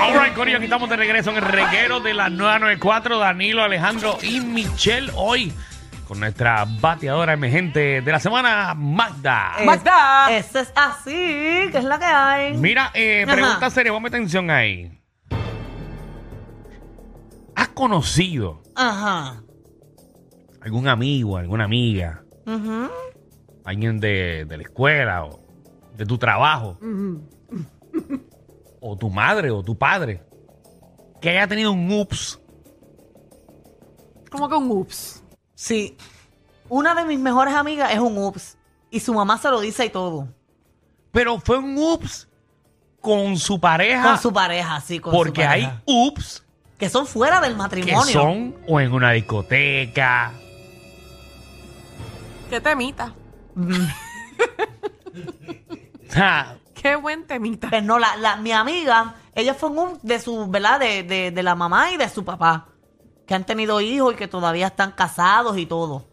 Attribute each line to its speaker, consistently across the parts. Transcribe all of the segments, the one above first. Speaker 1: Alright, Corillo, aquí estamos de regreso en el reguero de las 994, Danilo, Alejandro y Michelle hoy con nuestra bateadora emergente de la semana, Magda.
Speaker 2: Eh,
Speaker 3: Magda.
Speaker 2: Eso es así, que es la que hay.
Speaker 1: Mira, eh,
Speaker 2: Ajá.
Speaker 1: pregunta seria, ponme atención ahí. ¿Has conocido
Speaker 2: Ajá.
Speaker 1: algún amigo, alguna amiga,
Speaker 2: Ujú.
Speaker 1: alguien de, de la escuela o de tu trabajo, o tu madre o tu padre, que haya tenido un ups?
Speaker 3: Como que un ups.
Speaker 2: Sí. Una de mis mejores amigas es un ups. Y su mamá se lo dice y todo.
Speaker 1: Pero fue un ups con su pareja.
Speaker 2: Con su pareja, sí, con
Speaker 1: Ah. Porque
Speaker 2: su
Speaker 1: hay
Speaker 2: pareja.
Speaker 1: ups
Speaker 2: Que son fuera del
Speaker 1: que
Speaker 2: matrimonio.
Speaker 1: son o en una discoteca.
Speaker 3: Qué temita.
Speaker 1: O sea,
Speaker 3: Qué buen temita.
Speaker 2: Pues no, la, la- mi amiga, ella fue un ups de su, ¿verdad? De, de, de la mamá y de su papá. Que han tenido hijos y que todavía están casados y todo.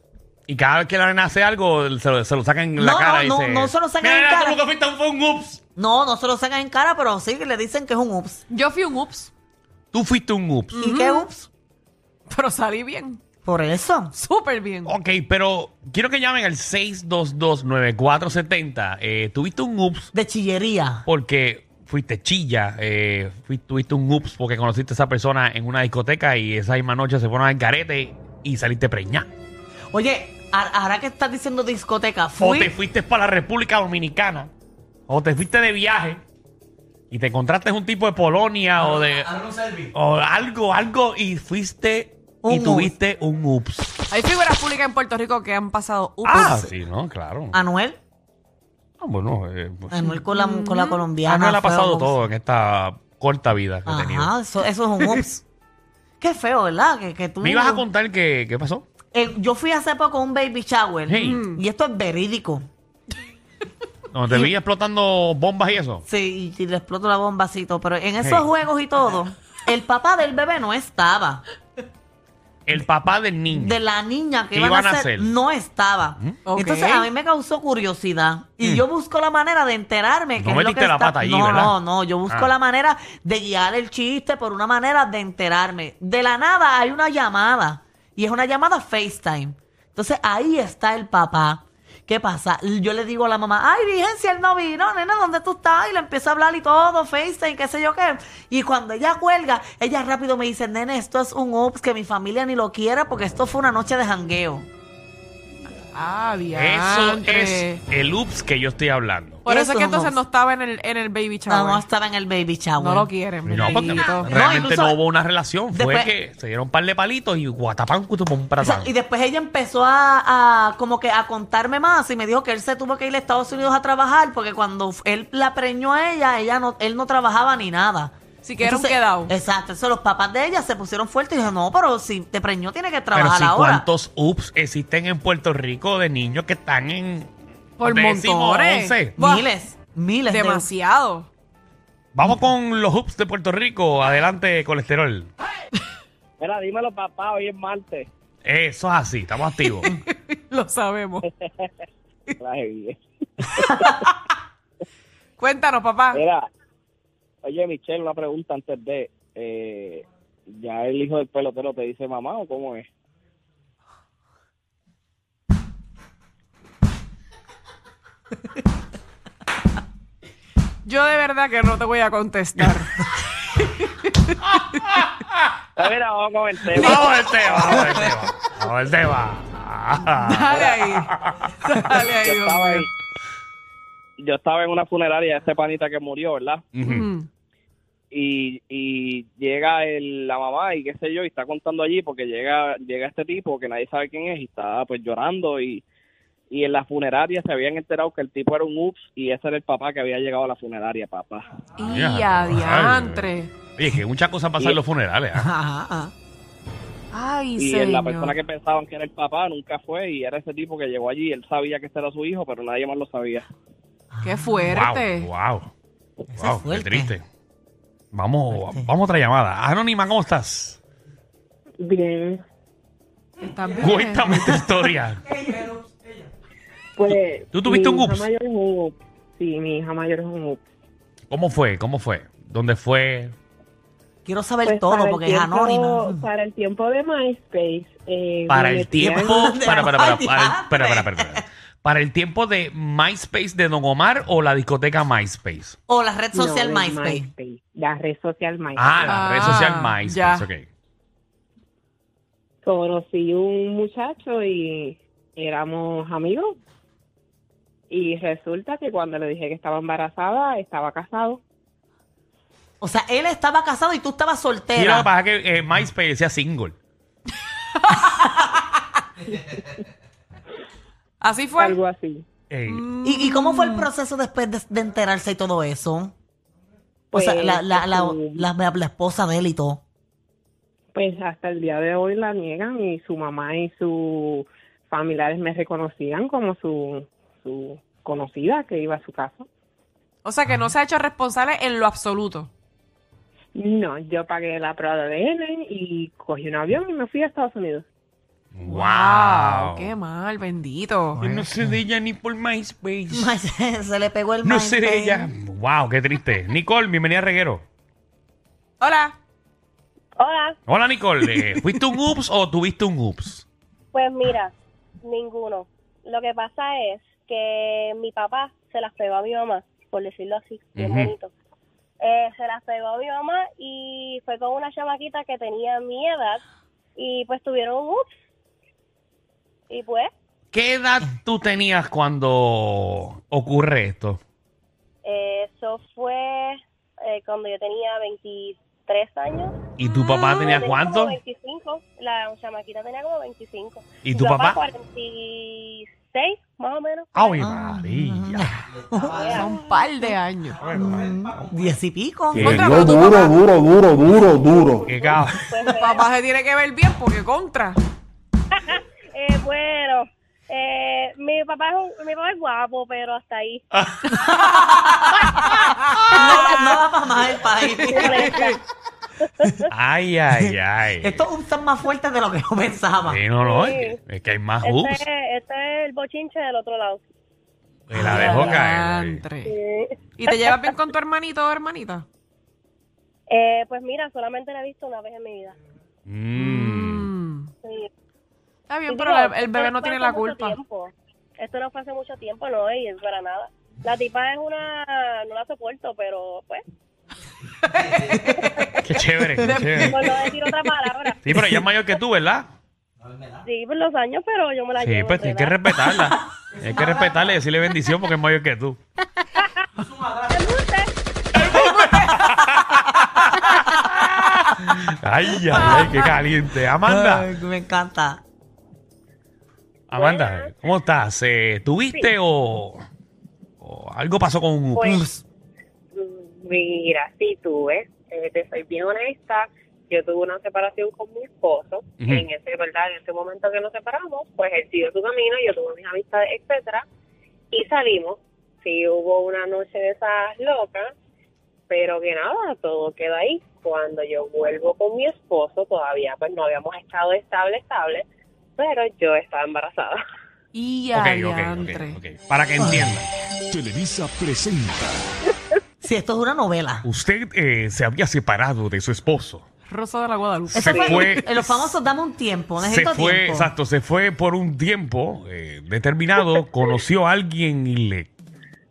Speaker 1: y cada vez que la nena hace algo, se lo, se lo sacan en la
Speaker 2: No,
Speaker 1: cara.
Speaker 2: no,
Speaker 1: y
Speaker 2: no, no se lo sacan
Speaker 1: "Mira,
Speaker 2: en
Speaker 1: nena,
Speaker 2: cara".
Speaker 1: tú nunca fuiste a un ups.
Speaker 2: No, no se lo sacan en cara, pero sí que le dicen que es un ups.
Speaker 3: Yo fui un ups,
Speaker 1: Tú fuiste un ups.
Speaker 2: ¿Y qué ups?
Speaker 3: pero salí bien.
Speaker 2: Por eso.
Speaker 3: Súper bien.
Speaker 1: Ok, pero quiero que llamen al 622-9470. Eh, tuviste un ups
Speaker 2: De chillería.
Speaker 1: porque fuiste chilla. eh, fui- tuviste un ups porque conociste a esa persona en una discoteca y esa misma noche se fueron al carete y saliste preñada.
Speaker 2: Oye, a- ahora que estás diciendo discoteca,
Speaker 1: O
Speaker 2: fui.
Speaker 1: te fuiste para la República Dominicana. O te fuiste de viaje. Y te encontraste un tipo de Polonia o de. O algo, algo. Y fuiste. y
Speaker 2: Un
Speaker 1: tuviste un ups.
Speaker 3: Hay figuras públicas en Puerto Rico que han pasado ups.
Speaker 1: Ah, sí, ¿no? Claro.
Speaker 2: Anuel.
Speaker 1: Ah, bueno, eh, pues,
Speaker 2: Anuel con la, con la colombiana.
Speaker 1: Anuel ha
Speaker 2: fue
Speaker 1: pasado
Speaker 2: un-
Speaker 1: todo en esta corta vida que he tenido.
Speaker 2: Ajá, eso, eso es un ups. Qué feo, ¿verdad? Que, que tú...
Speaker 1: Me ibas a contar que, qué pasó.
Speaker 2: Eh, yo fui hace poco a un baby shower.
Speaker 1: Hey.
Speaker 2: Y esto es verídico.
Speaker 1: Donde te vi explotando bombas y eso.
Speaker 2: Sí, y, y le exploto la bomba así y todo. Pero en esos
Speaker 1: Hey.
Speaker 2: juegos y todo, el papá del bebé no estaba.
Speaker 1: El papá del niño.
Speaker 2: De la niña que
Speaker 1: ¿Qué
Speaker 2: iban a
Speaker 1: Mm. iban a
Speaker 2: nacer
Speaker 1: hacer?
Speaker 2: no estaba.
Speaker 3: Ok.
Speaker 2: Entonces a mí me causó curiosidad. Y yo busco la manera de enterarme. qué
Speaker 1: Mm. No
Speaker 2: es lo
Speaker 1: metiste
Speaker 2: que
Speaker 1: la
Speaker 2: está-
Speaker 1: pata allí,
Speaker 2: No,
Speaker 1: ¿verdad?
Speaker 2: no, no. Yo busco
Speaker 1: Ah.
Speaker 2: la manera de guiar el chiste por una manera de enterarme. De la nada hay una llamada. Y es una llamada FaceTime. Entonces ahí está el papá. ¿Qué pasa? Yo le digo a la mamá, ay, virgen, si él no vino, nena, ¿dónde tú estás? Y le empiezo a hablar y todo, FaceTime, qué sé yo qué. Y cuando ella cuelga, ella rápido me dice, nene, esto es un ups, que mi familia ni lo quiera porque esto fue una noche de jangueo.
Speaker 3: Ah,
Speaker 1: Eso
Speaker 3: diantre.
Speaker 1: es el ups que yo estoy hablando.
Speaker 3: Por eso
Speaker 2: Eso
Speaker 3: es que
Speaker 2: es un
Speaker 3: entonces
Speaker 2: ups.
Speaker 3: no estaba en el, en el baby
Speaker 2: No,
Speaker 3: shower.
Speaker 2: no estaba en el baby shower.
Speaker 3: No lo quieren,
Speaker 1: No, porque
Speaker 3: bendito.
Speaker 1: realmente
Speaker 2: incluso-
Speaker 1: no hubo una relación. Fue
Speaker 2: Después-
Speaker 1: que se dieron un par de palitos y guatapán, cutupum,
Speaker 2: O sea,
Speaker 1: paratán.
Speaker 2: y después ella empezó a, a como que a contarme más y me dijo que él se tuvo que ir a Estados Unidos a trabajar porque cuando f- él la preñó a ella, ella no, él no trabajaba ni nada.
Speaker 3: Sí, que era un
Speaker 2: Entonces- eh,
Speaker 3: quedado.
Speaker 2: Exacto. Entonces los papás de ella se pusieron fuertes y dijeron, no, pero si te preñó tiene que
Speaker 1: Pero
Speaker 2: trabajar
Speaker 1: si
Speaker 2: ahora.
Speaker 1: cuántos ups existen en Puerto Rico de niños que están en
Speaker 3: Por
Speaker 1: décimo,
Speaker 3: montones.
Speaker 1: once.
Speaker 3: Buah.
Speaker 2: Miles, miles de-
Speaker 3: Demasiado.
Speaker 1: Vamos con los ups de Puerto Rico. Adelante, colesterol.
Speaker 4: Mira, dímelo, papá, hoy es martes.
Speaker 1: Eso es así, estamos activos.
Speaker 3: Lo sabemos.
Speaker 4: Traje bien.
Speaker 3: Cuéntanos, papá.
Speaker 4: Mira, oye, Michelle, una pregunta antes de... eh, ya el hijo del pelotero te dice mamá o cómo es.
Speaker 3: Yo de verdad que no te voy a contestar.
Speaker 4: Ah, Mira, vamos con el tema.
Speaker 1: vamos al tema, vamos al tema. Vamos al tema.
Speaker 3: Dale ahí. Dale ahí.
Speaker 4: Yo
Speaker 3: Dios
Speaker 4: estaba, en,
Speaker 3: mío.
Speaker 4: yo estaba en una funeraria de este panita que murió, ¿verdad?
Speaker 1: Ujú.
Speaker 3: Mm.
Speaker 4: Y, y llega el- la mamá y qué sé yo, y está contando allí porque llega llega este tipo que nadie sabe quién es y está pues llorando y, y en la funeraria se habían enterado que el tipo era un ups y ese era el papá que había llegado a la funeraria, papá.
Speaker 3: Y
Speaker 1: Ya,
Speaker 3: a diantre.
Speaker 1: Oye, que muchas cosas pasan
Speaker 4: Y-
Speaker 1: en los funerales. ¿ah?
Speaker 2: Ajá, ajá.
Speaker 3: Ay,
Speaker 4: Y
Speaker 3: señor.
Speaker 4: la persona que pensaban que era el papá nunca fue y era ese tipo que llegó allí. Él sabía que este era su hijo, pero nadie más lo sabía.
Speaker 3: Qué fuerte.
Speaker 1: Wow, wow.
Speaker 2: Eso es
Speaker 1: Wow, qué
Speaker 2: fuerte.
Speaker 1: triste. Vamos,
Speaker 2: Fuerte.
Speaker 1: vamos a otra llamada. Anónima, ¿cómo estás?
Speaker 5: Bien,
Speaker 3: Estás bien.
Speaker 1: Cuéntame tu historia.
Speaker 5: pues.
Speaker 1: ¿Tú tuviste
Speaker 5: mi
Speaker 1: un
Speaker 5: hija
Speaker 1: ups?
Speaker 5: mayor es un ups. Sí, mi hija mayor es un ups.
Speaker 1: ¿Cómo fue? ¿Cómo fue? ¿Dónde fue?
Speaker 2: Quiero saber
Speaker 5: Pues, para
Speaker 2: todo
Speaker 5: el
Speaker 2: porque es
Speaker 5: tiempo-
Speaker 2: anónimo.
Speaker 5: Para el tiempo de MySpace. eh,
Speaker 1: Para
Speaker 5: me
Speaker 1: el
Speaker 5: metí a-
Speaker 1: tiempo.
Speaker 2: de
Speaker 1: Para, para, para,
Speaker 2: los
Speaker 1: para, el- para, para,
Speaker 2: diantres.
Speaker 1: para, para. Para el tiempo de MySpace de Don Omar o la discoteca MySpace.
Speaker 2: O la red
Speaker 5: No,
Speaker 2: social
Speaker 5: de
Speaker 2: MySpace.
Speaker 5: La red social MySpace.
Speaker 1: Ah, la red social
Speaker 3: Ah,
Speaker 1: MySpace.
Speaker 3: ya.
Speaker 1: ok.
Speaker 5: Conocí un muchacho y éramos amigos. Y resulta que cuando le dije que estaba embarazada, estaba casado.
Speaker 2: O sea, él estaba casado y tú estabas
Speaker 1: Sí, lo que
Speaker 2: soltera.
Speaker 1: pasa es que eh, MySpace decía single.
Speaker 3: Así fue.
Speaker 5: Algo así.
Speaker 1: Eh,
Speaker 3: Mm.
Speaker 2: ¿Y, y cómo fue el proceso después de, de enterarse y todo eso? o sea,
Speaker 5: Pues,
Speaker 2: la, la, la,
Speaker 5: eh,
Speaker 2: la- la- la esposa de él y todo.
Speaker 5: Pues hasta el día de hoy la niegan y su mamá y sus familiares me reconocían como su, su conocida que iba a su casa.
Speaker 3: O sea que no se ha hecho responsable en lo absoluto.
Speaker 5: No, yo pagué la prueba de ADN y cogí un avión y me fui a Estados Unidos.
Speaker 1: wow.
Speaker 3: Qué mal, bendito.
Speaker 1: Yo no sé de ella ni por MySpace.
Speaker 2: Se le pegó el
Speaker 1: No
Speaker 2: MySpace.
Speaker 1: sé de ella. Wow, qué triste. Nicole, bienvenida a Reguero.
Speaker 3: Hola.
Speaker 6: Hola,
Speaker 1: Hola, Nicole. Eh, ¿Fuiste un ups o tuviste un ups?
Speaker 6: pues mira, ninguno. Lo que pasa es que mi papá se las pegó a mi mamá, por decirlo así, bien
Speaker 1: Ujú.
Speaker 6: bonito. Eh, se las pegó a mi mamá y fue con una chamaquita que tenía mi edad y pues tuvieron un ups. Y pues,
Speaker 1: ¿Qué edad tú tenías cuando ocurre esto?
Speaker 6: eh, eso fue eh, cuando yo tenía 23 años.
Speaker 1: ¿Y tu papá tenía
Speaker 6: Yo como
Speaker 1: cuánto?
Speaker 6: 25, la chamaquita tenía como 25.
Speaker 1: ¿Y
Speaker 6: Mi
Speaker 1: tu papá?
Speaker 6: 46, más o menos.
Speaker 1: ¡Ay,
Speaker 2: Ah.
Speaker 1: María!
Speaker 6: Yeah.
Speaker 3: Son un par de años.
Speaker 2: Diez y pico.
Speaker 1: ¿Qué?
Speaker 3: Contra,
Speaker 1: Llegó
Speaker 3: pero tu papá,
Speaker 7: duro, duro, duro, duro.
Speaker 1: ¡Qué cabrón!
Speaker 6: Pues,
Speaker 3: tu papá se tiene que ver bien porque contra.
Speaker 6: Eh, bueno, eh, mi, papá es un- mi papá es guapo, pero hasta ahí.
Speaker 1: Ah,
Speaker 2: No, no va para más el país.
Speaker 1: ¡Ay, ay, ay!
Speaker 2: Estos ups son más fuertes de lo que yo pensaba.
Speaker 1: Sí, no, no,
Speaker 6: Sí.
Speaker 1: es que- es que hay más
Speaker 6: Este,
Speaker 1: ups.
Speaker 6: es- este es el bochinche del otro lado.
Speaker 1: Y la dejó caer.
Speaker 3: Diantre.
Speaker 6: Sí.
Speaker 3: ¿Y te llevas bien con tu hermanito o hermanita?
Speaker 6: Eh, pues mira, solamente la he visto una vez en mi vida.
Speaker 1: Mm.
Speaker 3: Mm.
Speaker 6: Sí.
Speaker 3: Está bien,
Speaker 6: Y
Speaker 3: pero
Speaker 6: digo,
Speaker 3: el, el
Speaker 6: esto
Speaker 3: bebé
Speaker 6: no
Speaker 3: no
Speaker 6: fue
Speaker 3: tiene
Speaker 6: hace
Speaker 3: la
Speaker 6: mucho
Speaker 3: culpa.
Speaker 6: tiempo. Esto no fue hace mucho tiempo, no, y es para nada. La tipa es una, no la soporto, pero pues,
Speaker 1: Qué chévere, qué chévere.
Speaker 6: por no decir otra palabra.
Speaker 1: Sí, pero ella es mayor que tú, ¿verdad?
Speaker 6: Sí, por los años, pero yo me la
Speaker 1: Sí,
Speaker 6: llevo.
Speaker 1: pues
Speaker 6: de
Speaker 1: tienes que
Speaker 6: edad.
Speaker 1: respetarla. Hay que respetarla y decirle bendición porque es mayor que tú. Ay, ay, ay, qué caliente. Amanda,
Speaker 2: Ay, me encanta.
Speaker 1: Amanda, ¿cómo estás? Eh, ¿Tuviste o, o algo pasó con un
Speaker 5: Pues, Mira, si tú ves, eh, te soy bien honesta, yo tuve una separación con mi esposo,
Speaker 1: Ujú.
Speaker 5: en ese, ¿verdad? En ese momento que nos separamos, pues él siguió su camino, yo tuve mis amistades, etcétera, y salimos. Sí hubo una noche de esas locas, pero que nada, todo queda ahí. Cuando yo vuelvo con mi esposo, todavía pues no habíamos estado estable, estable, pero yo estaba embarazada.
Speaker 3: Y a
Speaker 1: Ok, ok,
Speaker 3: diantre.
Speaker 1: ok, ok. Para que entiendan.
Speaker 7: Televisa presenta.
Speaker 2: Si esto es una novela.
Speaker 1: Usted eh, se había separado de su esposo.
Speaker 3: Rosa de la Guadalupe.
Speaker 1: Se
Speaker 2: Eso fue,
Speaker 1: fue-
Speaker 2: en los famosos dame un tiempo,
Speaker 1: Se
Speaker 2: necesito
Speaker 1: fue,
Speaker 2: tiempo.
Speaker 1: exacto, se fue por un tiempo eh, determinado, conoció a alguien y le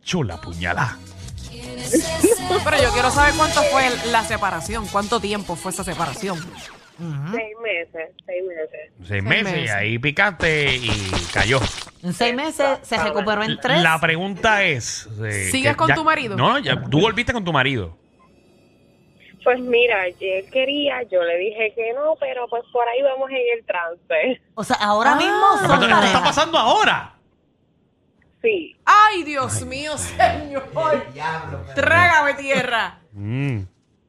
Speaker 1: echó la puñalada.
Speaker 3: Pero yo quiero saber cuánto fue el- la separación, cuánto tiempo fue esa separación.
Speaker 2: Ujú.
Speaker 5: Seis meses, seis meses.
Speaker 1: Seis meses,
Speaker 3: meses.
Speaker 1: ahí picaste y cayó.
Speaker 2: En seis meses se recuperó en tres.
Speaker 1: La pregunta es... eh,
Speaker 3: ¿Sigues
Speaker 1: que
Speaker 3: con
Speaker 1: ya-
Speaker 3: tu marido?
Speaker 1: No, ya, tú volviste con tu marido.
Speaker 5: Pues mira, él quería, yo le dije que no, pero pues por ahí vamos en el trance.
Speaker 2: O sea, ahora
Speaker 3: Ah.
Speaker 2: mismo
Speaker 1: Pero
Speaker 2: son
Speaker 1: esto, esto está
Speaker 2: pareja.
Speaker 1: pasando ahora.
Speaker 5: Sí,
Speaker 3: Ay, Dios mío, señor. Trágame tierra.
Speaker 1: Mm.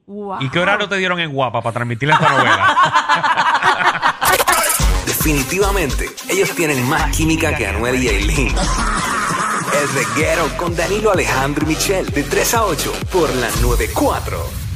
Speaker 3: Wow.
Speaker 1: ¿Y qué horario te dieron en Guapa para transmitir esta novela?
Speaker 8: Definitivamente, ellos tienen más química que Anuel y Aileen. El reguero con Danilo Alejandro y Michel, de 3 a 8, por la 94.